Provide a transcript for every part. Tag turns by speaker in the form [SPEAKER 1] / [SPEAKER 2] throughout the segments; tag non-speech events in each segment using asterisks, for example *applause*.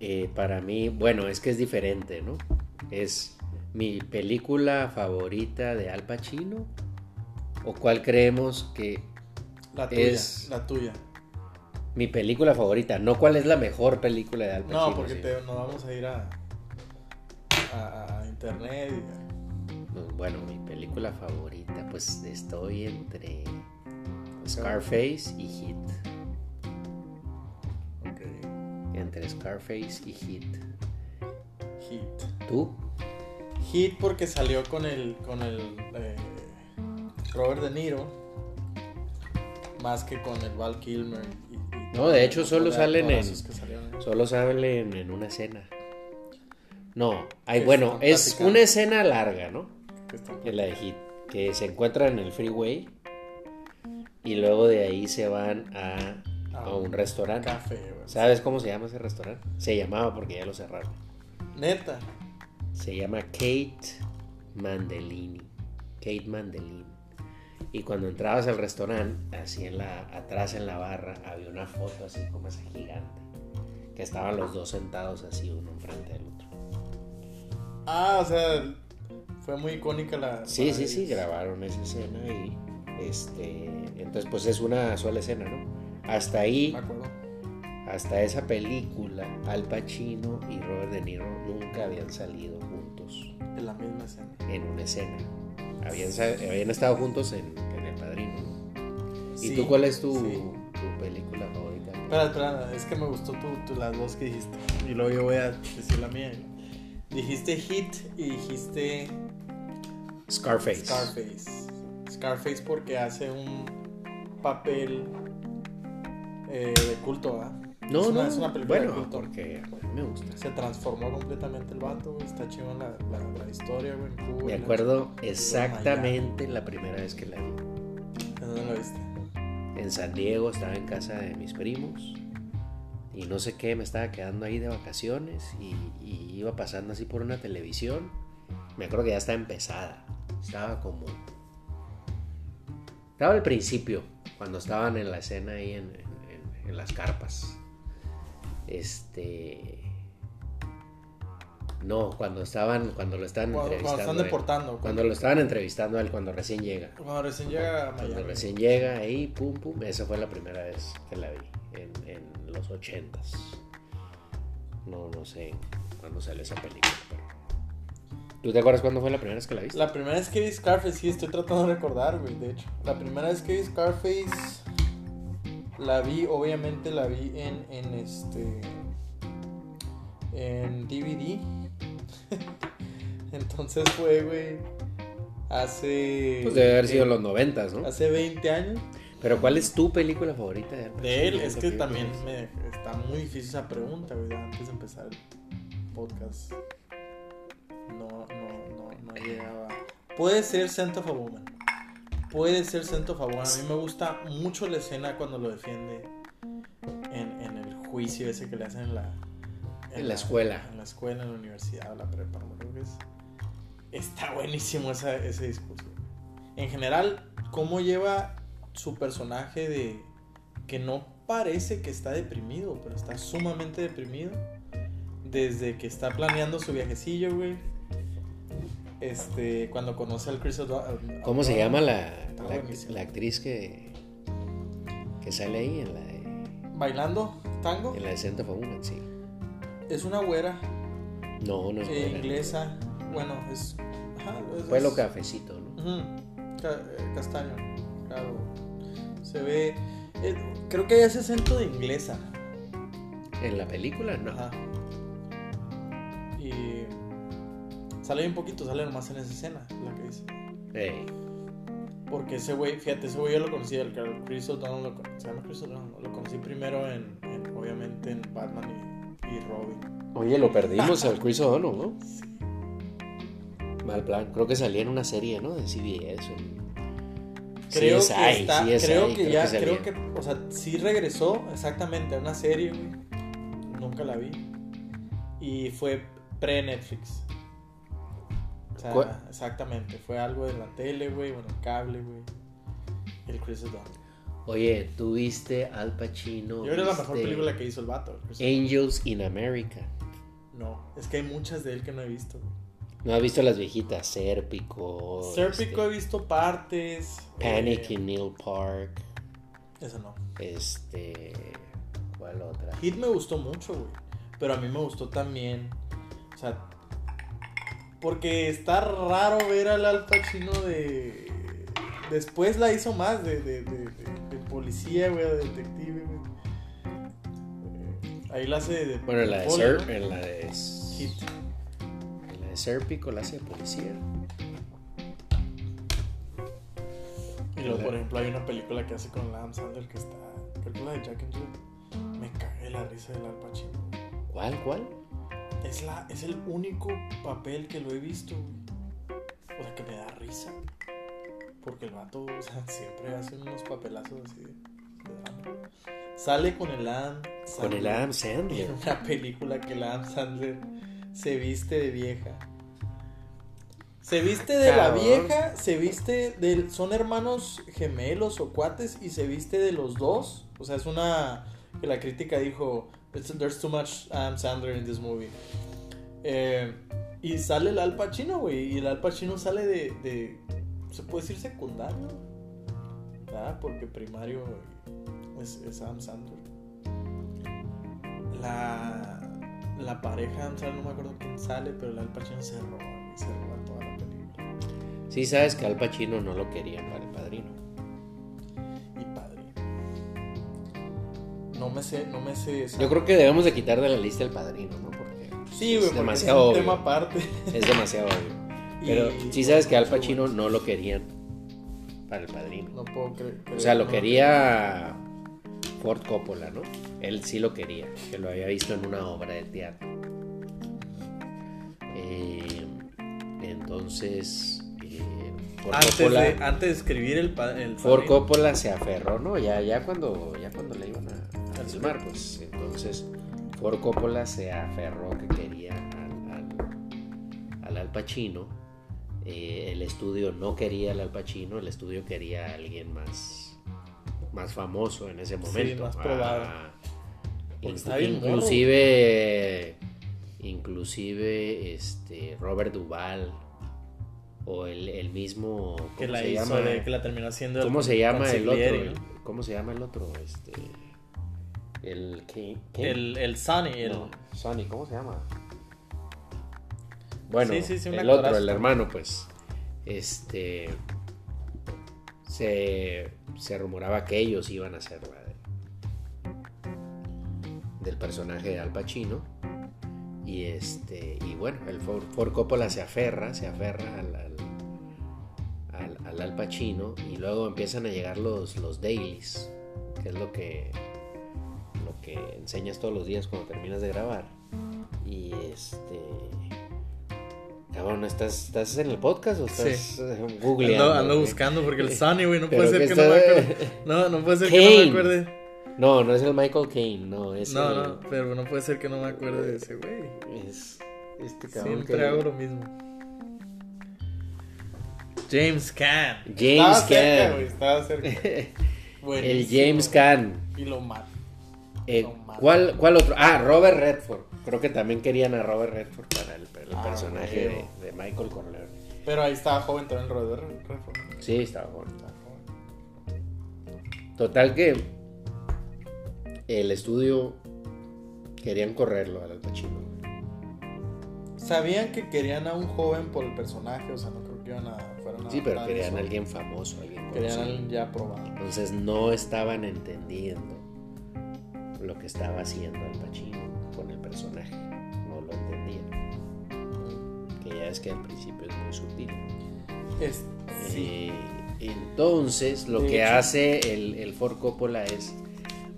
[SPEAKER 1] eh, para mí, bueno, es que es diferente, ¿no? Es mi película favorita de Al Pacino. ¿O cuál creemos que
[SPEAKER 2] La tuya.
[SPEAKER 1] Es-
[SPEAKER 2] La tuya.
[SPEAKER 1] mi película favorita? No cuál es la mejor película de Al Pacino.
[SPEAKER 2] No, porque
[SPEAKER 1] sí.
[SPEAKER 2] te- nos vamos a ir a, a, a internet. y-
[SPEAKER 1] Pues, Bueno, mi película favorita, pues estoy entre Scarface y Hit. Entre Scarface y Hit.
[SPEAKER 2] Hit.
[SPEAKER 1] ¿Tú?
[SPEAKER 2] Hit porque salió con el con el eh, Robert De Niro más que con el Val Kilmer. y- y-
[SPEAKER 1] No, de hecho,
[SPEAKER 2] los
[SPEAKER 1] solo
[SPEAKER 2] actorazos
[SPEAKER 1] salen en-
[SPEAKER 2] que salieron.
[SPEAKER 1] Solo salen en una escena. No, ay,
[SPEAKER 2] Que
[SPEAKER 1] bueno,
[SPEAKER 2] están
[SPEAKER 1] es
[SPEAKER 2] platicando.
[SPEAKER 1] una escena larga, ¿no?
[SPEAKER 2] que están-
[SPEAKER 1] Que la de Hit, que se encuentran en el freeway y luego de ahí se van a,
[SPEAKER 2] Ah,
[SPEAKER 1] a un restaurante.
[SPEAKER 2] Café, güey.
[SPEAKER 1] ¿Sabes cómo se llama ese restaurante? Se llamaba porque ya lo cerraron.
[SPEAKER 2] Neta.
[SPEAKER 1] Se llama Kate Mandelini. Kate Mandelini. Y cuando entrabas al restaurante, así en la, atrás en la barra, había una foto así como esa gigante. Que estaban los dos sentados así, uno enfrente del otro.
[SPEAKER 2] Ah, o sea, fue muy icónica la.
[SPEAKER 1] Sí,
[SPEAKER 2] la
[SPEAKER 1] sí,
[SPEAKER 2] de
[SPEAKER 1] sí,
[SPEAKER 2] ellos.
[SPEAKER 1] grabaron esa escena y este. Entonces, pues es una sola escena, ¿no? Hasta ahí,
[SPEAKER 2] Me acuerdo.
[SPEAKER 1] hasta esa película, Al Pacino y Robert De Niro nunca habían salido juntos.
[SPEAKER 2] En la misma escena.
[SPEAKER 1] en una escena. Habían, sa- habían estado juntos en, en El Padrino. ¿Y
[SPEAKER 2] Sí,
[SPEAKER 1] tú cuál es tu,
[SPEAKER 2] sí.
[SPEAKER 1] tu película favorita?
[SPEAKER 2] Espera, espera, es que me gustó tu, tu- las dos que dijiste. Y luego yo voy a decir la mía. Dijiste Hit y dijiste
[SPEAKER 1] Scarface.
[SPEAKER 2] Scarface. Scarface porque hace un papel eh, de culto, ¿verdad?
[SPEAKER 1] No,
[SPEAKER 2] Es una-
[SPEAKER 1] no,
[SPEAKER 2] es una película de
[SPEAKER 1] bueno,
[SPEAKER 2] culto.
[SPEAKER 1] porque a mí me gusta.
[SPEAKER 2] Se transformó completamente el vato, güey. Está chido la, la, la historia, güey. en Cuba,
[SPEAKER 1] Me
[SPEAKER 2] la-
[SPEAKER 1] acuerdo exactamente la primera vez que la vi.
[SPEAKER 2] ¿En dónde lo viste?
[SPEAKER 1] En San Diego estaba en casa de mis primos y no sé qué, me estaba quedando ahí de vacaciones y, y iba pasando así por una televisión. Me acuerdo que ya estaba empezada. Estaba como... Estaba al principio, cuando estaban en la escena ahí en, en- en- en las carpas. Este... No, cuando estaban, cuando lo estaban
[SPEAKER 2] Cuando, cuando
[SPEAKER 1] entrevistando.
[SPEAKER 2] están
[SPEAKER 1] a él.
[SPEAKER 2] deportando.
[SPEAKER 1] Cuando lo estaban entrevistando a él cuando recién llega.
[SPEAKER 2] cuando recién llega a
[SPEAKER 1] Cuando
[SPEAKER 2] Miami.
[SPEAKER 1] recién llega ahí, pum, pum. Esa fue la primera vez que la vi, en, en los ochentas. No, no sé cuándo salió esa película, pero... ¿Tú te acuerdas cuándo fue la primera vez que la viste?
[SPEAKER 2] La primera vez que vi Scarface, sí, estoy tratando de recordar, güey, de hecho. La primera vez que vi Scarface, la vi, obviamente la vi en, en este... En DVD. *laughs* Entonces fue, güey, hace...
[SPEAKER 1] Pues debe haber sido
[SPEAKER 2] eh,
[SPEAKER 1] los noventas, ¿no?
[SPEAKER 2] Hace 20 años.
[SPEAKER 1] Pero ¿cuál es tu película favorita de Al Pacino?
[SPEAKER 2] De él, es
[SPEAKER 1] ¿Qué
[SPEAKER 2] que también
[SPEAKER 1] piensas?
[SPEAKER 2] me, está muy difícil esa pregunta, güey, antes de empezar el podcast. No, no, no, no llegaba. Puede ser Santa of a Woman. Puede ser Santa of a Woman. A mí me gusta mucho la escena cuando lo defiende en, en el juicio ese que le hacen en la...
[SPEAKER 1] En la escuela.
[SPEAKER 2] En la escuela, en la universidad, o la prepa, no creo que es. Está buenísimo esa- ese discurso. En general, cómo lleva su personaje de que no parece que está deprimido, pero está sumamente deprimido desde que está planeando su viajecillo, güey. Este, cuando conoce al Chris O'Don- al-
[SPEAKER 1] ¿Cómo
[SPEAKER 2] al-
[SPEAKER 1] se llama la,
[SPEAKER 2] Está
[SPEAKER 1] la-
[SPEAKER 2] buenísimo.
[SPEAKER 1] la actriz que, que sale ahí en la de,
[SPEAKER 2] bailando tango?
[SPEAKER 1] en la de Santa Woman? Sí.
[SPEAKER 2] Es una güera
[SPEAKER 1] No, no es
[SPEAKER 2] eh,
[SPEAKER 1] buena.
[SPEAKER 2] inglesa. Bueno, es ajá, es-
[SPEAKER 1] Pueblo
[SPEAKER 2] es-
[SPEAKER 1] cafecito, ¿no?
[SPEAKER 2] Ujú, ca- eh, castaño, claro. Se ve. eh, creo que hay ese acento de inglesa.
[SPEAKER 1] En la película, no.
[SPEAKER 2] Ajá. Y. Sale bien poquito, sale nomás en esa escena, la que dice.
[SPEAKER 1] Ey.
[SPEAKER 2] Porque ese güey, fíjate, ese güey yo lo conocí, el Carl Chris O'Donnell, lo, con- se llama Chris O'Donnell, lo conocí primero en, en, obviamente, en Batman y, y Robin.
[SPEAKER 1] Oye, lo perdimos al Chris O'Donnell, ¿no? Mal plan. Creo que salía en una serie, ¿no? De CBS. o-
[SPEAKER 2] Creo
[SPEAKER 1] CSI,
[SPEAKER 2] que está,
[SPEAKER 1] CSI,
[SPEAKER 2] creo que ya,
[SPEAKER 1] salía.
[SPEAKER 2] creo que, o sea, sí regresó exactamente a una serie, güey. Nunca la vi. Y fue pre-Netflix. O sea,
[SPEAKER 1] ¿Cuál?
[SPEAKER 2] exactamente, fue algo de la tele, güey, bueno, cable, güey. El Chris O'Donnell.
[SPEAKER 1] Oye, ¿tú viste Al Pacino?
[SPEAKER 2] Yo creo que es la
[SPEAKER 1] ¿Viste
[SPEAKER 2] mejor película que hizo el vato.
[SPEAKER 1] Angels in America.
[SPEAKER 2] No, es que hay muchas de él que no he visto. güey.
[SPEAKER 1] ¿No has visto las viejitas? Serpico.
[SPEAKER 2] Serpico he
[SPEAKER 1] este,
[SPEAKER 2] visto partes.
[SPEAKER 1] Panic
[SPEAKER 2] eh,
[SPEAKER 1] in Neil Park.
[SPEAKER 2] Eso no.
[SPEAKER 1] Este. ¿Cuál otra?
[SPEAKER 2] Hit me gustó mucho, güey. Pero a mí me gustó también. O sea. Porque está raro ver al Al Pacino de. Después la hizo más de, de, de- de- de policía, güey, de detective, güey. Eh, Ahí la hace de.
[SPEAKER 1] Bueno, en la de,
[SPEAKER 2] polo,
[SPEAKER 1] Ser-
[SPEAKER 2] ¿no?
[SPEAKER 1] en la de, S-
[SPEAKER 2] Hit.
[SPEAKER 1] en la de Serpico la hace de policía.
[SPEAKER 2] Y luego, por ejemplo, hay una película que hace con Adam Sandler que está. Creo que es la de Jack and Jill. Me cagué la risa del Al Pacino.
[SPEAKER 1] ¿Cuál, cuál?
[SPEAKER 2] Es, la, es el único papel que lo he visto, güey. O sea, que me da risa. Porque el vato, *laughs* o sea, siempre hace unos papelazos así. de- de drama. Sale con el Adam
[SPEAKER 1] Con el Adam Sandler.
[SPEAKER 2] *laughs* En una película que el Adam Sandler se viste de vieja. Se viste de la
[SPEAKER 1] Cabrón.
[SPEAKER 2] vieja, se viste del. Son hermanos gemelos o cuates y se viste de los dos. O sea, es una. Que la crítica dijo: "It's- There's too much Adam Sandler in this movie. Eh, y sale el Al Pacino, güey. Y el Al Pacino sale de. de- se puede decir secundario. ¿Verdad? Porque primario es, es Adam Sandler. La, la pareja Adam Sandler, no me acuerdo quién sale, pero el Al Pacino se roba, güey, se roba toda la película.
[SPEAKER 1] Sí, sabes que Al Pacino no lo querían para el padrino.
[SPEAKER 2] Y padre. No me sé, no me sé. esa-
[SPEAKER 1] Yo creo que debemos de quitar de la lista el padrino, ¿no? Porque
[SPEAKER 2] sí,
[SPEAKER 1] es
[SPEAKER 2] güey, porque es un
[SPEAKER 1] demasiado obvio.
[SPEAKER 2] tema aparte.
[SPEAKER 1] es demasiado obvio. *laughs*
[SPEAKER 2] *laughs*
[SPEAKER 1] Pero
[SPEAKER 2] Y-
[SPEAKER 1] sí sabes que Al Pacino no lo querían para el padrino.
[SPEAKER 2] No puedo cre- creer.
[SPEAKER 1] O sea, lo
[SPEAKER 2] no.
[SPEAKER 1] quería Ford Coppola, ¿no? Él sí lo quería, que lo había visto en una obra de teatro. Eh, entonces, eh, Ford,
[SPEAKER 2] Antes
[SPEAKER 1] Coppola,
[SPEAKER 2] de, antes de escribir el, pa- el
[SPEAKER 1] Ford
[SPEAKER 2] padrino.
[SPEAKER 1] Coppola se aferró, ¿no? Ya, ya, cuando, ya cuando le iban a, a
[SPEAKER 2] Al
[SPEAKER 1] filmar, pues. Entonces, Ford Coppola se aferró que quería al, al- al Al Pacino. Eh, el estudio no quería al Al Pacino, el estudio quería a alguien más, más famoso en ese momento.
[SPEAKER 2] más probable.
[SPEAKER 1] Ah,
[SPEAKER 2] Porque
[SPEAKER 1] inclu-
[SPEAKER 2] está bien morro.
[SPEAKER 1] inclusive, inclusive este, Robert Duvall o el, el mismo...
[SPEAKER 2] que
[SPEAKER 1] ¿cómo
[SPEAKER 2] la
[SPEAKER 1] se
[SPEAKER 2] hizo,
[SPEAKER 1] llama?
[SPEAKER 2] de que la terminó haciendo.
[SPEAKER 1] ¿Cómo se llama el otro?
[SPEAKER 2] Consigliere,
[SPEAKER 1] El- ¿Cómo se llama el otro? Este. El. ¿Qué?
[SPEAKER 2] ¿no?
[SPEAKER 1] qué?
[SPEAKER 2] El, el Sunny, el-
[SPEAKER 1] No, Sonny, ¿cómo se llama? Bueno,
[SPEAKER 2] Sí, sí, sí, un
[SPEAKER 1] el otro,
[SPEAKER 2] actorazo.
[SPEAKER 1] el hermano, pues. Este. Se, se rumoraba que ellos iban a ser la de- del personaje de Al Pacino. Y este. Y bueno, el Ford, Ford Coppola se aferra, se aferra al, al, al- al Al Pacino. Y luego empiezan a llegar los, los dailies. Que es lo que. lo que enseñas todos los días cuando terminas de grabar. Y este. Cabrón, ¿estás, ¿estás en el podcast o estás
[SPEAKER 2] Sí.
[SPEAKER 1] eh,
[SPEAKER 2] Ando,
[SPEAKER 1] googleando?
[SPEAKER 2] ando
[SPEAKER 1] güey?
[SPEAKER 2] buscando
[SPEAKER 1] *laughs*
[SPEAKER 2] porque el Sunny, güey, no
[SPEAKER 1] Pero
[SPEAKER 2] puede ser que
[SPEAKER 1] que
[SPEAKER 2] no me
[SPEAKER 1] está-
[SPEAKER 2] acuerde. No, no puede ser que no me
[SPEAKER 1] Kane.
[SPEAKER 2] acuerde.
[SPEAKER 1] *laughs* No, no es el Michael Caine, no, es
[SPEAKER 2] No,
[SPEAKER 1] el-
[SPEAKER 2] no, pero no puede ser que no me acuerde de ese güey.
[SPEAKER 1] Es este cabrón
[SPEAKER 2] Siempre
[SPEAKER 1] que-
[SPEAKER 2] hago lo mismo. James Caan.
[SPEAKER 1] James
[SPEAKER 2] Cerca,
[SPEAKER 1] Caan.
[SPEAKER 2] güey, estaba
[SPEAKER 1] *laughs*
[SPEAKER 2] cerca.
[SPEAKER 1] El
[SPEAKER 2] Buenísimo.
[SPEAKER 1] James Caan.
[SPEAKER 2] Y lo mal.
[SPEAKER 1] Eh,
[SPEAKER 2] No mames.
[SPEAKER 1] ¿cuál, ¿Cuál otro? Ah, Robert Redford. Creo que también querían a Robert Redford para el, para el
[SPEAKER 2] Ah,
[SPEAKER 1] personaje
[SPEAKER 2] huevo.
[SPEAKER 1] de, de Michael Corleone.
[SPEAKER 2] Pero ahí estaba joven también Rodríguez. Redford.
[SPEAKER 1] Sí, estaba bueno.
[SPEAKER 2] Estaba joven.
[SPEAKER 1] Total que el estudio querían correrlo al Al Pacino.
[SPEAKER 2] Sabían que querían a un joven por el personaje, o sea, no creo que iban a fueran a
[SPEAKER 1] Sí, pero
[SPEAKER 2] a
[SPEAKER 1] querían
[SPEAKER 2] eso.
[SPEAKER 1] a alguien famoso, alguien
[SPEAKER 2] Querían a
[SPEAKER 1] conocido.
[SPEAKER 2] alguien ya probado.
[SPEAKER 1] Entonces no estaban entendiendo lo que estaba haciendo Al Pacino con el personaje. No lo entendían. Que ya es que al principio es muy sutil.
[SPEAKER 2] Es- sí.
[SPEAKER 1] Eh, entonces lo
[SPEAKER 2] De
[SPEAKER 1] que
[SPEAKER 2] hecho.
[SPEAKER 1] hace el, el Ford Coppola es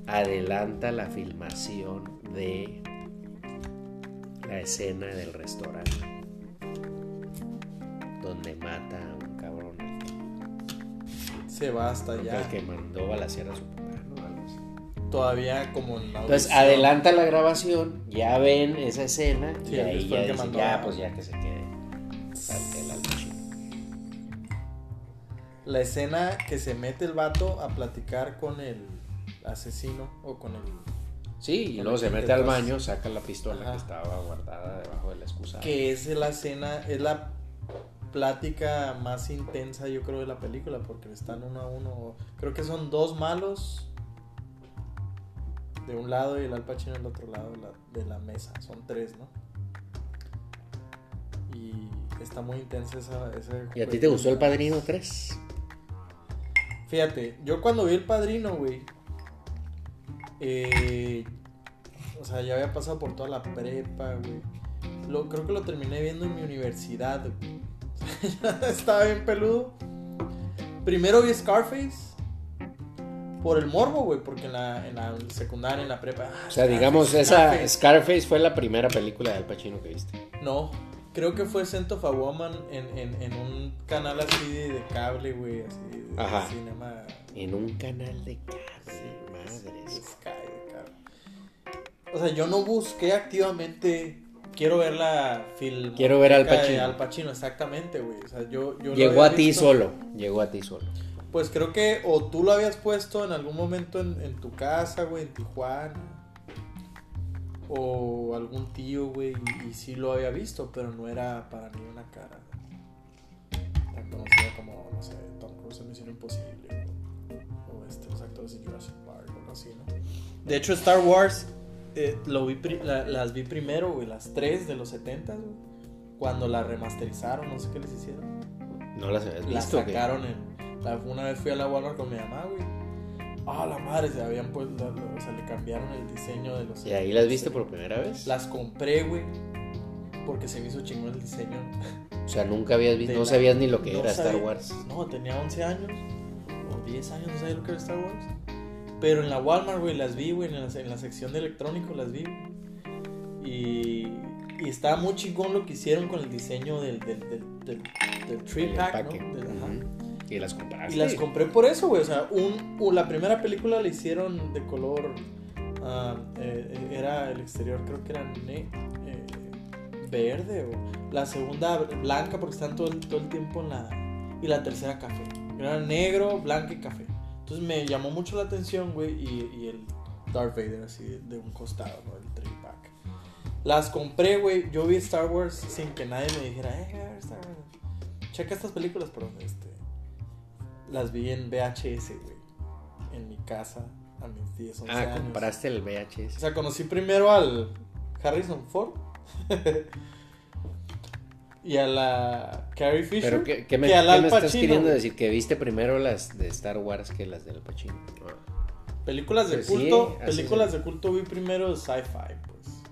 [SPEAKER 1] adelanta la filmación de la escena del restaurante donde mata a un cabrón al
[SPEAKER 2] se va hasta
[SPEAKER 1] Eh, Creo que
[SPEAKER 2] allá.
[SPEAKER 1] el que mandó balasear a su papá, ¿no? Algo así.
[SPEAKER 2] Todavía como en la
[SPEAKER 1] Entonces
[SPEAKER 2] audición.
[SPEAKER 1] adelanta la grabación, ya ven esa escena
[SPEAKER 2] Sí,
[SPEAKER 1] y ahí
[SPEAKER 2] después
[SPEAKER 1] ya
[SPEAKER 2] que
[SPEAKER 1] dicen,
[SPEAKER 2] mandó
[SPEAKER 1] ya,
[SPEAKER 2] a-
[SPEAKER 1] pues ya que se quede. Tal que el Al Pacino.
[SPEAKER 2] la escena que se mete el vato a platicar con el asesino o con el
[SPEAKER 1] Sí, y
[SPEAKER 2] Con
[SPEAKER 1] luego
[SPEAKER 2] el
[SPEAKER 1] se
[SPEAKER 2] que
[SPEAKER 1] mete
[SPEAKER 2] te
[SPEAKER 1] al
[SPEAKER 2] vas.
[SPEAKER 1] baño, saca la pistola
[SPEAKER 2] Ajá.
[SPEAKER 1] que estaba guardada debajo del excusado.
[SPEAKER 2] que es la escena es la plática más intensa yo creo de la película porque están uno a uno creo que son dos malos de un lado y el Al Pacino del otro lado de la, de la mesa son tres no y está muy intensa esa, esa
[SPEAKER 1] ¿Y a ti te gustó El
[SPEAKER 2] película.
[SPEAKER 1] Padrino 3?
[SPEAKER 2] Fíjate, yo cuando vi el padrino, güey. eh, o sea, ya había pasado por toda la prepa, güey. Lo, creo que lo terminé viendo en mi universidad, güey. *laughs* Estaba bien peludo. Primero vi Scarface. Por el morbo, güey. Porque en la, en la secundaria, en la prepa. ah,
[SPEAKER 1] O sea,
[SPEAKER 2] Scarface,
[SPEAKER 1] digamos, esa
[SPEAKER 2] Scarface.
[SPEAKER 1] Scarface fue la primera película de Al Pacino que viste.
[SPEAKER 2] No, creo que fue Scent of a Woman en, en- en un canal así de, de cable, güey. Así de,
[SPEAKER 1] Ajá.
[SPEAKER 2] cinema.
[SPEAKER 1] En un canal de cable,
[SPEAKER 2] Sí,
[SPEAKER 1] madres.
[SPEAKER 2] es cae, cabrón. O sea, yo no busqué activamente. Quiero ver la film.
[SPEAKER 1] Quiero ver Al Pacino.
[SPEAKER 2] Al Pacino, exactamente, güey. O sea, yo, yo lo
[SPEAKER 1] Llegó
[SPEAKER 2] había
[SPEAKER 1] a ti
[SPEAKER 2] visto.
[SPEAKER 1] solo, llegó a ti solo.
[SPEAKER 2] Pues creo que o tú lo habías puesto en algún momento en, en tu casa, güey, en Tijuana. O algún tío, güey. Y, y sí lo había visto, pero no era para mí una cara tan conocida como, no sé, Tom Cruise en Misión Imposible. O, o este, los actores de Jurassic Park, o algo así, ¿no? De hecho, Star Wars, eh, lo vi pri- la- las vi primero, güey, las tres de los 70, güey. Cuando la remasterizaron, no sé qué les hicieron.
[SPEAKER 1] No las habías
[SPEAKER 2] La
[SPEAKER 1] visto. ¿o qué?
[SPEAKER 2] sacaron en. la- una vez fui a la Walmart con mi mamá, güey. Ah, la madre, se habían puesto. O sea, le cambiaron el diseño de los.
[SPEAKER 1] ¿Y ahí las viste por primera vez?
[SPEAKER 2] Las compré, güey. Porque se me hizo chingón el diseño.
[SPEAKER 1] O sea, nunca habías visto,
[SPEAKER 2] de
[SPEAKER 1] no
[SPEAKER 2] la-
[SPEAKER 1] sabías ni lo que
[SPEAKER 2] no
[SPEAKER 1] era Star
[SPEAKER 2] sabía-
[SPEAKER 1] Wars.
[SPEAKER 2] No, tenía 11 años. O 10 años, no sabía lo que era Star Wars. Pero en la Walmart, güey, las vi, güey. En la, en la sección de electrónicos las vi. güey. Y. Y estaba muy chingón lo que hicieron con el diseño del, del, del, del, del three
[SPEAKER 1] El
[SPEAKER 2] pack,
[SPEAKER 1] empaque.
[SPEAKER 2] ¿no? Del- ajá.
[SPEAKER 1] Ujú. Y las compraste.
[SPEAKER 2] Y las compré por eso, güey. O sea, un, u- la primera película la hicieron de color. ah, eh, eh, era el exterior, creo que era ne- eh, verde. O, la segunda blanca, porque están todo el, todo el tiempo en la. Y la tercera café. Era negro, blanco y café. Entonces me llamó mucho la atención, güey. Y, y el Darth Vader así de, de un costado, ¿no? El three pack. Las compré, güey. Yo vi Star Wars sin que nadie me dijera, eh, voy a ver Star Wars. Checa estas películas, pero este las vi en VHS, güey. En mi casa, a mis 10, 11
[SPEAKER 1] Ah,
[SPEAKER 2] años.
[SPEAKER 1] compraste el
[SPEAKER 2] O
[SPEAKER 1] VHS.
[SPEAKER 2] sea, conocí primero al Harrison Ford. *laughs* y a la Carrie Fisher.
[SPEAKER 1] Pero ¿qué, qué me,
[SPEAKER 2] que al
[SPEAKER 1] qué
[SPEAKER 2] Al
[SPEAKER 1] me estás
[SPEAKER 2] Pacino,
[SPEAKER 1] queriendo
[SPEAKER 2] güey.
[SPEAKER 1] decir? Que viste primero las de Star Wars que las del Al Pacino. Ah.
[SPEAKER 2] Películas de
[SPEAKER 1] Pues sí,
[SPEAKER 2] culto.
[SPEAKER 1] así
[SPEAKER 2] películas
[SPEAKER 1] es.
[SPEAKER 2] de culto vi primero sci-fi, pues.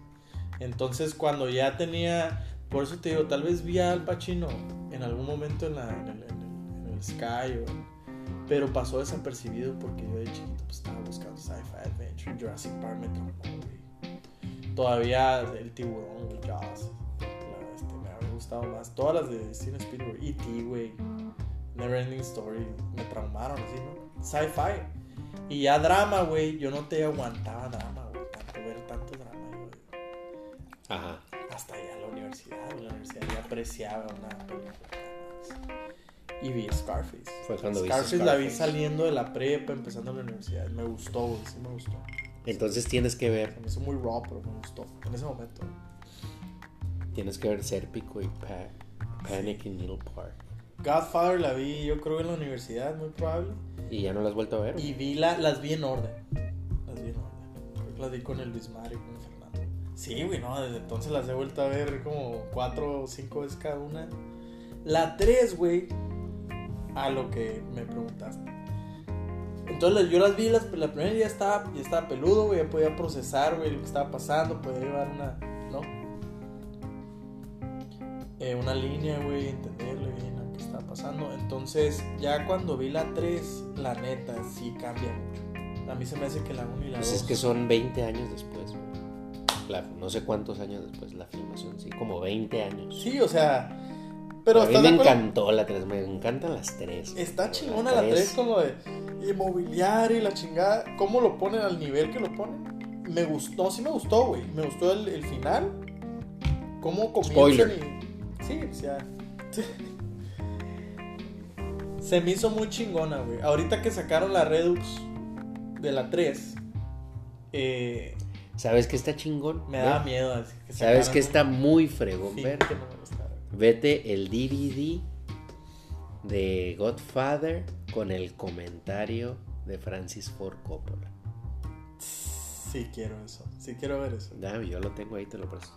[SPEAKER 2] Entonces, cuando ya tenía. Por eso te digo, tal vez vi a Al Pacino en algún momento en, la- en el, en el- en el Sky. o- pero pasó desapercibido porque yo de chiquito pues, estaba buscando sci-fi adventure. Jurassic Park me traumó, güey. Todavía el tiburón, güey, Jaws. la- este, me había gustado más. Todas las de Steven Spielberg, E.T., güey. Neverending Story. Me traumaron, así, ¿no? Sci-fi. Y ya drama, güey. Yo no te aguantaba drama, güey. Tanto ver tanto drama, güey. Ah.
[SPEAKER 1] Ajá.
[SPEAKER 2] Hasta allá la universidad, güey. La universidad ya apreciaba una película. nada más. Y vi Scarface.
[SPEAKER 1] Fue cuando viste
[SPEAKER 2] Scarface la vi
[SPEAKER 1] Scarface.
[SPEAKER 2] saliendo de la prepa, empezando la universidad. Me gustó, güey. Sí me gustó.
[SPEAKER 1] Entonces tienes que ver,
[SPEAKER 2] Se me hizo muy raw, pero me gustó. En ese momento.
[SPEAKER 1] tienes que ver Serpico y Pa- Panic in Little Park.
[SPEAKER 2] Godfather la vi, yo creo, en la universidad, muy probable.
[SPEAKER 1] ¿Y ya no las has vuelto a ver?
[SPEAKER 2] Y vi la, las vi en orden. Las vi en orden. Creo que las vi con el Luis Mario y con el Fernando. Sí, güey, no, desde entonces las he vuelto a ver como cuatro o cinco veces cada una. La tres, güey, a lo que me preguntaste. Entonces las- yo las vi, las, la primera ya estaba, ya estaba peludo, güey, ya podía procesar, güey, lo que estaba pasando, podía llevar una, ¿no? Eh, una línea, güey, entenderle bien lo que estaba pasando. Entonces, ya cuando vi la 3, la neta, sí cambia mucho. A mí se me hace que la 1 y la 2...
[SPEAKER 1] Pues es que son 20 años después. güey. La- no sé cuántos años después la filmación, sí, como 20 años.
[SPEAKER 2] Sí, o sea. Pero
[SPEAKER 1] a mí
[SPEAKER 2] está,
[SPEAKER 1] me encantó la 3, me encantan las 3.
[SPEAKER 2] está chingona la 3 con lo de inmobiliario y la chingada. ¿Cómo lo ponen al nivel que lo ponen? Me gustó, no, sí me gustó, güey. Me gustó el, el final. ¿Cómo comienzan
[SPEAKER 1] Spoiler.
[SPEAKER 2] y- Sí, o sea. Se me hizo muy chingona, güey. Ahorita que sacaron la Redux de la 3, eh,
[SPEAKER 1] ¿Sabes qué está chingón?
[SPEAKER 2] me
[SPEAKER 1] ¿No?
[SPEAKER 2] da miedo. así que
[SPEAKER 1] ¿Eh? ¿Sabes
[SPEAKER 2] sacaran
[SPEAKER 1] qué está muy fregón?
[SPEAKER 2] un fin
[SPEAKER 1] ver?
[SPEAKER 2] que no me gustara.
[SPEAKER 1] Vete el DVD de Godfather con el comentario de Francis Ford Coppola.
[SPEAKER 2] Sí quiero eso. Sí quiero ver eso.
[SPEAKER 1] Dame, yo lo tengo ahí, te lo presto.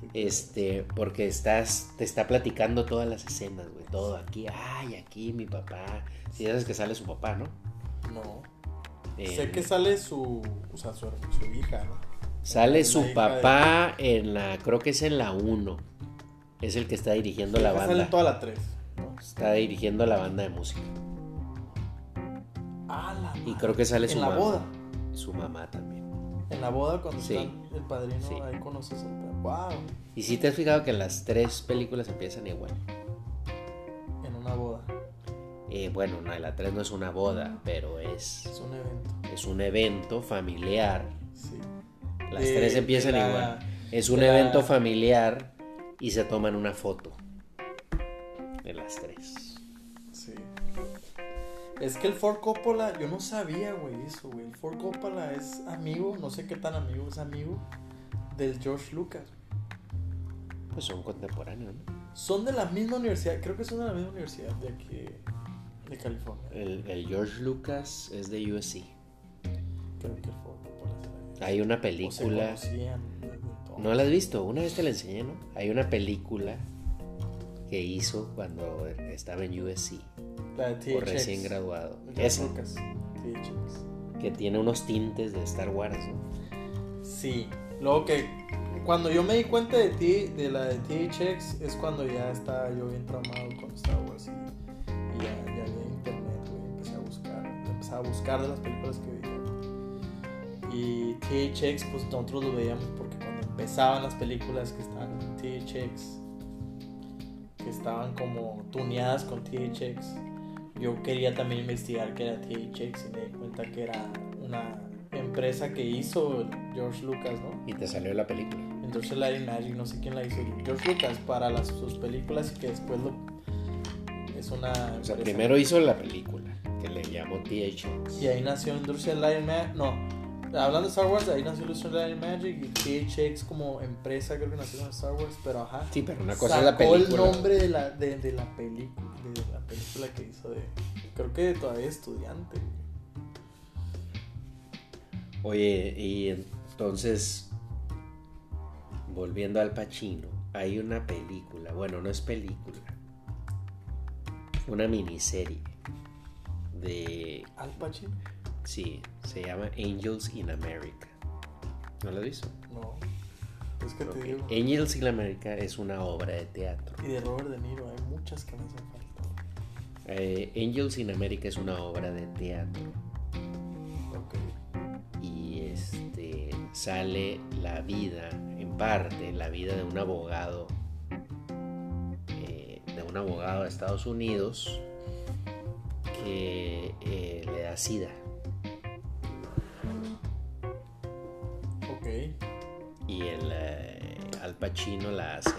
[SPEAKER 2] Sí quiero
[SPEAKER 1] Este, porque estás, te está platicando todas las escenas, güey. Todo aquí, ay, aquí mi papá. Si ya sabes que sale su papá, ¿no?
[SPEAKER 2] ver. No.
[SPEAKER 1] Eh,
[SPEAKER 2] Sé que sale su, o sea, su, su hija, ¿no?
[SPEAKER 1] Sale
[SPEAKER 2] la
[SPEAKER 1] su
[SPEAKER 2] hija
[SPEAKER 1] papá en la, creo que es en la 1. Es el que está dirigiendo la
[SPEAKER 2] Hija Sale
[SPEAKER 1] banda.
[SPEAKER 2] en toda la 3.
[SPEAKER 1] Está dirigiendo la banda de música.
[SPEAKER 2] Ah, la
[SPEAKER 1] Y
[SPEAKER 2] madre.
[SPEAKER 1] creo que sale su
[SPEAKER 2] En la
[SPEAKER 1] mamá.
[SPEAKER 2] boda.
[SPEAKER 1] Su mamá también.
[SPEAKER 2] En la boda cuando
[SPEAKER 1] Sí.
[SPEAKER 2] están el padrino,
[SPEAKER 1] Sí.
[SPEAKER 2] ahí conoces al padre. Wow.
[SPEAKER 1] Y si te has fijado que las tres películas empiezan igual.
[SPEAKER 2] En una boda.
[SPEAKER 1] Eh, bueno, no, la 3 no es una boda, pero es,
[SPEAKER 2] Es un evento.
[SPEAKER 1] es un evento familiar.
[SPEAKER 2] Sí.
[SPEAKER 1] Las
[SPEAKER 2] De-
[SPEAKER 1] tres empiezan
[SPEAKER 2] de la-
[SPEAKER 1] igual. Es un
[SPEAKER 2] de la-
[SPEAKER 1] evento familiar y se toman una foto. De las tres.
[SPEAKER 2] Sí. Es que el Ford Coppola, yo no sabía, güey, eso, güey. El Ford Coppola es amigo, no sé qué tan amigo, es amigo del George Lucas.
[SPEAKER 1] Pues son contemporáneos, ¿no?
[SPEAKER 2] Son de la misma universidad, creo que son de la misma universidad de aquí, de California.
[SPEAKER 1] El, el George Lucas es de USC.
[SPEAKER 2] Creo que el Ford Coppola es de la misma.
[SPEAKER 1] Hay una
[SPEAKER 2] O se
[SPEAKER 1] película.
[SPEAKER 2] conocían desde entonces.
[SPEAKER 1] No la has visto, una vez te la enseñé, ¿no? Hay una película que hizo cuando estaba en USC
[SPEAKER 2] La de
[SPEAKER 1] o
[SPEAKER 2] THX.
[SPEAKER 1] recién graduado.
[SPEAKER 2] El George
[SPEAKER 1] Esa,
[SPEAKER 2] Lucas. THX.
[SPEAKER 1] que tiene unos tintes de Star Wars, ¿no?
[SPEAKER 2] Sí. Luego que cuando yo me di cuenta de ti, de la de THX, es cuando ya estaba yo bien traumado con Star Wars y, y ya, ya había internet, güey. Empecé a buscar, empezaba a buscar de las películas que veía. Y THX, pues nosotros lo veíamos porque cuando empezaban las películas que estaban en THX, que estaban como tuneadas con THX, yo quería también investigar qué era THX y me di cuenta que era una empresa que hizo George Lucas, ¿no?
[SPEAKER 1] Y te salió la película.
[SPEAKER 2] Entonces Larry Magic, no sé quién la hizo, George Lucas para las, sus películas y que después lo... Es una...
[SPEAKER 1] O sea,
[SPEAKER 2] empresa.
[SPEAKER 1] primero hizo la película, que le llamó THX.
[SPEAKER 2] Y ahí nació Industrial Light and Magic. No, hablando de Star Wars, ahí nació Industrial Light and Magic y THX como empresa, creo que nació en Star Wars, pero ajá.
[SPEAKER 1] Sí, pero una cosa es la
[SPEAKER 2] sacó el
[SPEAKER 1] película.
[SPEAKER 2] nombre de la, de, de la película, de la película que hizo de. Creo que todavía estudiante. güey.
[SPEAKER 1] Oye, y entonces, volviendo al Pacino, hay una película, bueno, no es película, una miniserie de,
[SPEAKER 2] Al Pacino.
[SPEAKER 1] sí, se llama Angels in America. ¿No lo has visto?
[SPEAKER 2] No. Es que
[SPEAKER 1] Ok.
[SPEAKER 2] te digo.
[SPEAKER 1] Angels in America es una obra de teatro.
[SPEAKER 2] Y de Robert De Niro, hay muchas que me hacen falta.
[SPEAKER 1] Eh, Angels in America es una obra de teatro
[SPEAKER 2] Ok.
[SPEAKER 1] y este sale la vida, en parte, la vida de un abogado, eh, de un abogado de Estados Unidos que eh, le da sida
[SPEAKER 2] Ok.
[SPEAKER 1] y el eh, Al Pacino la hace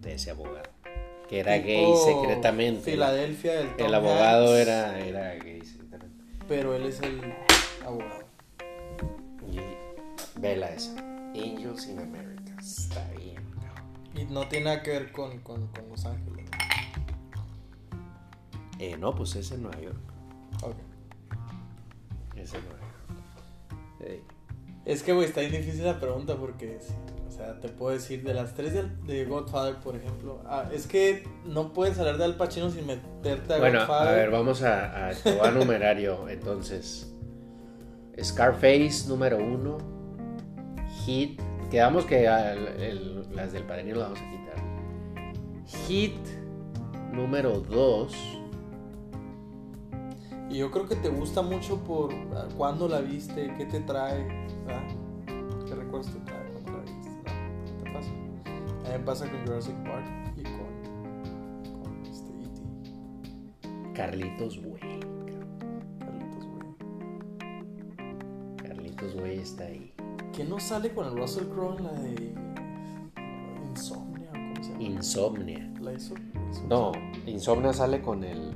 [SPEAKER 1] de ese abogado que era gay
[SPEAKER 2] Tipo
[SPEAKER 1] secretamente.
[SPEAKER 2] Filadelfia, el
[SPEAKER 1] El abogado era, era gay secretamente.
[SPEAKER 2] Pero él es el abogado.
[SPEAKER 1] Y vela esa. Angels in America. Está bien, cabrón.
[SPEAKER 2] Y no tiene nada que ver con, con, con Los Ángeles.
[SPEAKER 1] Eh, no, pues es en Nueva York.
[SPEAKER 2] Ok.
[SPEAKER 1] Es en Nueva York. Eh,
[SPEAKER 2] Es que, güey, está bien difícil la pregunta porque, sí, o sea, te puedo decir, de las tres de, de Godfather, por ejemplo, ah, es que no puedes hablar de Al Pacino sin meterte a
[SPEAKER 1] Bueno, a
[SPEAKER 2] Godfather.
[SPEAKER 1] ver, vamos a, a, te voy a numerar yo. Entonces, Scarface número uno. Hit. Quedamos que al- el- las del padrino las vamos a quitar. Hit número dos.
[SPEAKER 2] Y yo creo que te gusta mucho por ah, cuándo la viste, qué te trae, ¿verdad? ¿Qué recuerdos te trae cuando la viste? ¿no? ¿Te pasa? A mí me pasa con Jurassic Park y con, con este E.T.
[SPEAKER 1] Carlitos Way.
[SPEAKER 2] Carlitos, güey.
[SPEAKER 1] Carlitos Way está ahí.
[SPEAKER 2] ¿Quién no sale con el Russell Crowe en la de Insomnia o cómo se llama?
[SPEAKER 1] Insomnia.
[SPEAKER 2] ¿La hizo? ¿La hizo?
[SPEAKER 1] No, Insomnio sale con el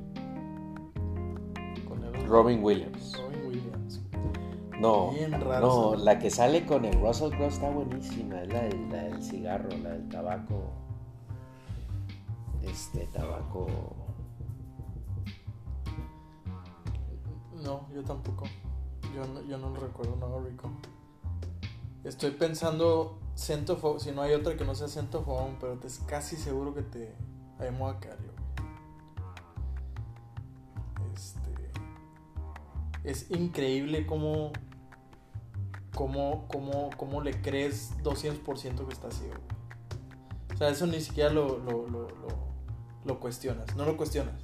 [SPEAKER 1] Robin Williams.
[SPEAKER 2] Robin Williams.
[SPEAKER 1] No,
[SPEAKER 2] Bien raro
[SPEAKER 1] no,
[SPEAKER 2] esa-
[SPEAKER 1] la que sale con el Russell Crowe está buenísima, es la del, la del cigarro, la del tabaco. Este tabaco.
[SPEAKER 2] No, yo tampoco. Yo no, yo no recuerdo nada rico. Estoy pensando Centofoam, si no hay otra que no sea Centofoam, pero te es casi seguro que te hay Moacario. Este es increíble cómo cómo cómo cómo le crees 200% que está ciego. güey. O sea, eso ni siquiera lo lo- lo- lo- lo cuestionas, no lo cuestionas.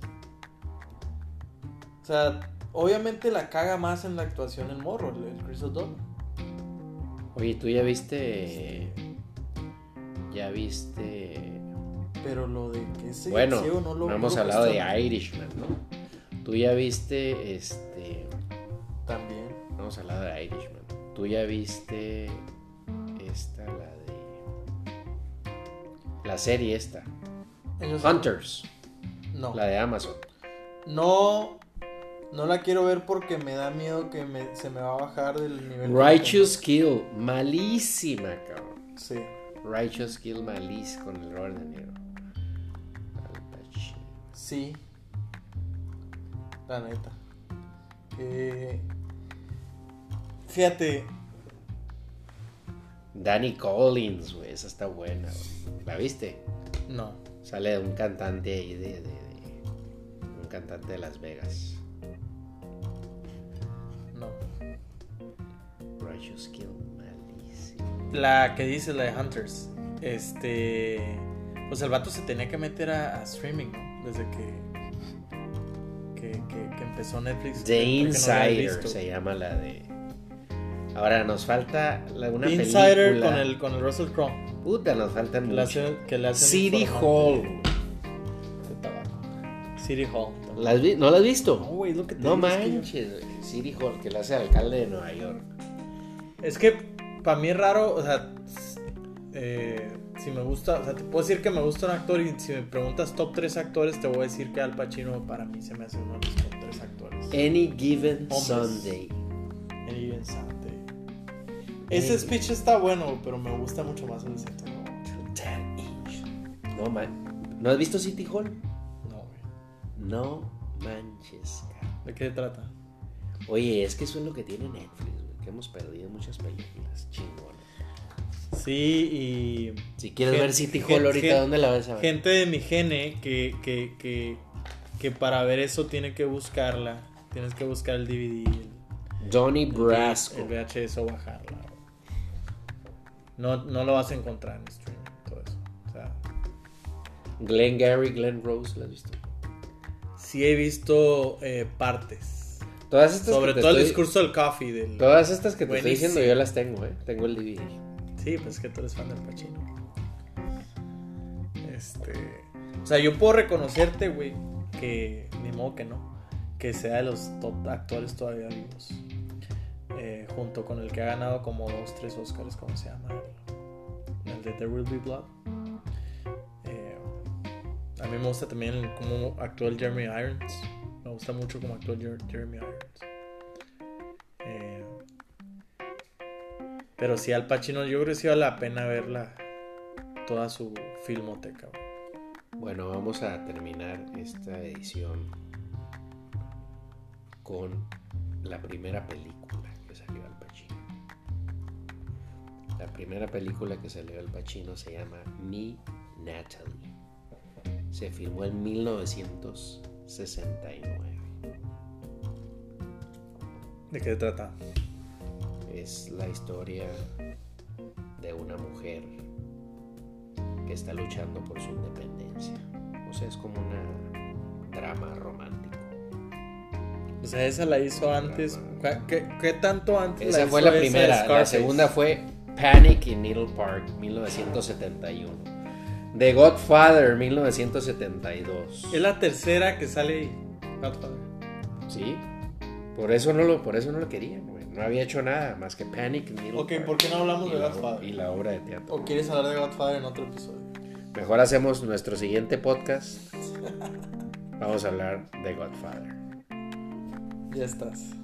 [SPEAKER 2] O sea, obviamente la caga más en la actuación el morro, el, el Chris O'Donnell.
[SPEAKER 1] Oye, tú ya viste. Ya viste.
[SPEAKER 2] Pero lo de que ese
[SPEAKER 1] Bueno,
[SPEAKER 2] ciego no lo
[SPEAKER 1] no hemos
[SPEAKER 2] no lo
[SPEAKER 1] hablado
[SPEAKER 2] cuestiona.
[SPEAKER 1] de Irishman, ¿no? Tú ya viste este.
[SPEAKER 2] También.
[SPEAKER 1] No hemos hablado de Irishman. Tú ya viste. Esta, la de. La serie esta.
[SPEAKER 2] Ellos-
[SPEAKER 1] Hunters,
[SPEAKER 2] No.
[SPEAKER 1] la de Amazon.
[SPEAKER 2] No. No la quiero ver porque me da miedo que me- se me va a bajar del nivel. que
[SPEAKER 1] Righteous Kill, malísima, cabrón.
[SPEAKER 2] tengo. Sí.
[SPEAKER 1] Righteous Kill, malísima con el Robert De Niro. Al Pacino.
[SPEAKER 2] Sí. La neta. Eh, fíjate.
[SPEAKER 1] Danny Collins, güey, esa está buena, güey. ¿La viste?
[SPEAKER 2] No.
[SPEAKER 1] Sale un cantante ahí de, de- de- Un cantante de Las Vegas.
[SPEAKER 2] No.
[SPEAKER 1] Righteous Kill, malísima.
[SPEAKER 2] La que dices, la de Hunters. Este. Pues el vato se tenía que meter a, a streaming, ¿no? Desde que. Que, que- que empezó Netflix.
[SPEAKER 1] The
[SPEAKER 2] creo que no la había
[SPEAKER 1] Insider
[SPEAKER 2] visto.
[SPEAKER 1] se llama la de. Ahora nos falta la- una
[SPEAKER 2] Insider
[SPEAKER 1] película.
[SPEAKER 2] con el, con el Russell Crowe.
[SPEAKER 1] Puta, nos faltan
[SPEAKER 2] Que le
[SPEAKER 1] mucho.
[SPEAKER 2] hace. Que le hace un
[SPEAKER 1] City
[SPEAKER 2] informante.
[SPEAKER 1] Hall.
[SPEAKER 2] De tabaco. City Hall.
[SPEAKER 1] ¿Las vi- ¿No la has visto?
[SPEAKER 2] No, güey, es lo que te
[SPEAKER 1] No
[SPEAKER 2] digo, es que-
[SPEAKER 1] manches, güey. City Hall, que le hace alcalde de Nueva York.
[SPEAKER 2] Es que para mí es raro, o sea, s- eh, si me gusta, o sea, te puedo decir que me gusta un actor y si me preguntas top 3 actores, te voy a decir que Al Pacino para mí se me hace uno de los top 3 actores.
[SPEAKER 1] Any Given
[SPEAKER 2] Hombres.
[SPEAKER 1] Sunday.
[SPEAKER 2] El Even
[SPEAKER 1] Eh.
[SPEAKER 2] Sante. Ese speech está bueno, pero me gusta mucho más el de Santa Claus.
[SPEAKER 1] Ten inch. No man. ¿No has visto City Hall?
[SPEAKER 2] No, güey.
[SPEAKER 1] No manches, cabrón.
[SPEAKER 2] ¿De qué trata?
[SPEAKER 1] Oye, es que eso es lo que tiene Netflix, güey, que hemos perdido muchas películas chingonas.
[SPEAKER 2] Sí, y.
[SPEAKER 1] Si quieres
[SPEAKER 2] Gen-
[SPEAKER 1] ver City
[SPEAKER 2] gen-
[SPEAKER 1] Hall ahorita,
[SPEAKER 2] gen-
[SPEAKER 1] ¿dónde la vas a ver?
[SPEAKER 2] gente de mi gene que, que, que, que para ver eso tiene que buscarla. Tienes que buscar el DVD, el,
[SPEAKER 1] Donnie
[SPEAKER 2] el
[SPEAKER 1] Brasco.
[SPEAKER 2] el VHS o bajarla. güey. No, no lo vas a encontrar en streaming, todo eso. O sea,
[SPEAKER 1] Glenn Gary, Glenn Rose, ¿la has visto?
[SPEAKER 2] sí he visto eh, partes.
[SPEAKER 1] Todas estas
[SPEAKER 2] Sobre
[SPEAKER 1] que te
[SPEAKER 2] todo el
[SPEAKER 1] estoy-
[SPEAKER 2] discurso del coffee. Del...
[SPEAKER 1] Todas estas que te estoy
[SPEAKER 2] Buenísimo.
[SPEAKER 1] diciendo yo las tengo, ¿eh? Tengo el DVD.
[SPEAKER 2] Sí, pues que tú eres fan del Pachino. Este. O sea, yo puedo reconocerte, güey, que ni modo que no, que sea de los top actores todavía vivos. Eh, junto con el que ha ganado como dos, tres Oscars, ¿cómo se llama? El, el de There Will Be Blood. Eh, a mí me gusta también el- cómo actúa el Jeremy Irons. Me gusta mucho cómo actúa el Jer- Jeremy Irons. Eh, pero sí, Al Pacino, yo creo que sí vale la pena verla. Toda su filmoteca. güey.
[SPEAKER 1] Bueno, vamos a terminar esta edición con la primera película que salió al Pacino. La primera película que salió al Pacino se llama Me Natalie. Se filmó en 1969.
[SPEAKER 2] ¿De qué se trata?
[SPEAKER 1] Es la historia de una mujer que está luchando por su independencia. O sea, es como una drama romántico.
[SPEAKER 2] O sea, esa la hizo antes. ¿Qué, qué, qué tanto antes
[SPEAKER 1] Esa
[SPEAKER 2] hizo
[SPEAKER 1] fue la
[SPEAKER 2] de
[SPEAKER 1] primera. La
[SPEAKER 2] Scarface?
[SPEAKER 1] segunda fue Panic in Needle Park, 1971. The Godfather, 1972.
[SPEAKER 2] Es la tercera que sale ahí. Godfather.
[SPEAKER 1] Sí. Por eso no lo, por eso no lo querían, güey. No había hecho nada más que Panic in Needle
[SPEAKER 2] Ok,
[SPEAKER 1] Park.
[SPEAKER 2] ¿por qué no hablamos
[SPEAKER 1] y
[SPEAKER 2] de
[SPEAKER 1] la-
[SPEAKER 2] Godfather?
[SPEAKER 1] Y la obra de teatro.
[SPEAKER 2] ¿O quieres hablar de Godfather en otro episodio?
[SPEAKER 1] Mejor hacemos nuestro siguiente podcast. Vamos a hablar de Godfather.
[SPEAKER 2] Ya estás.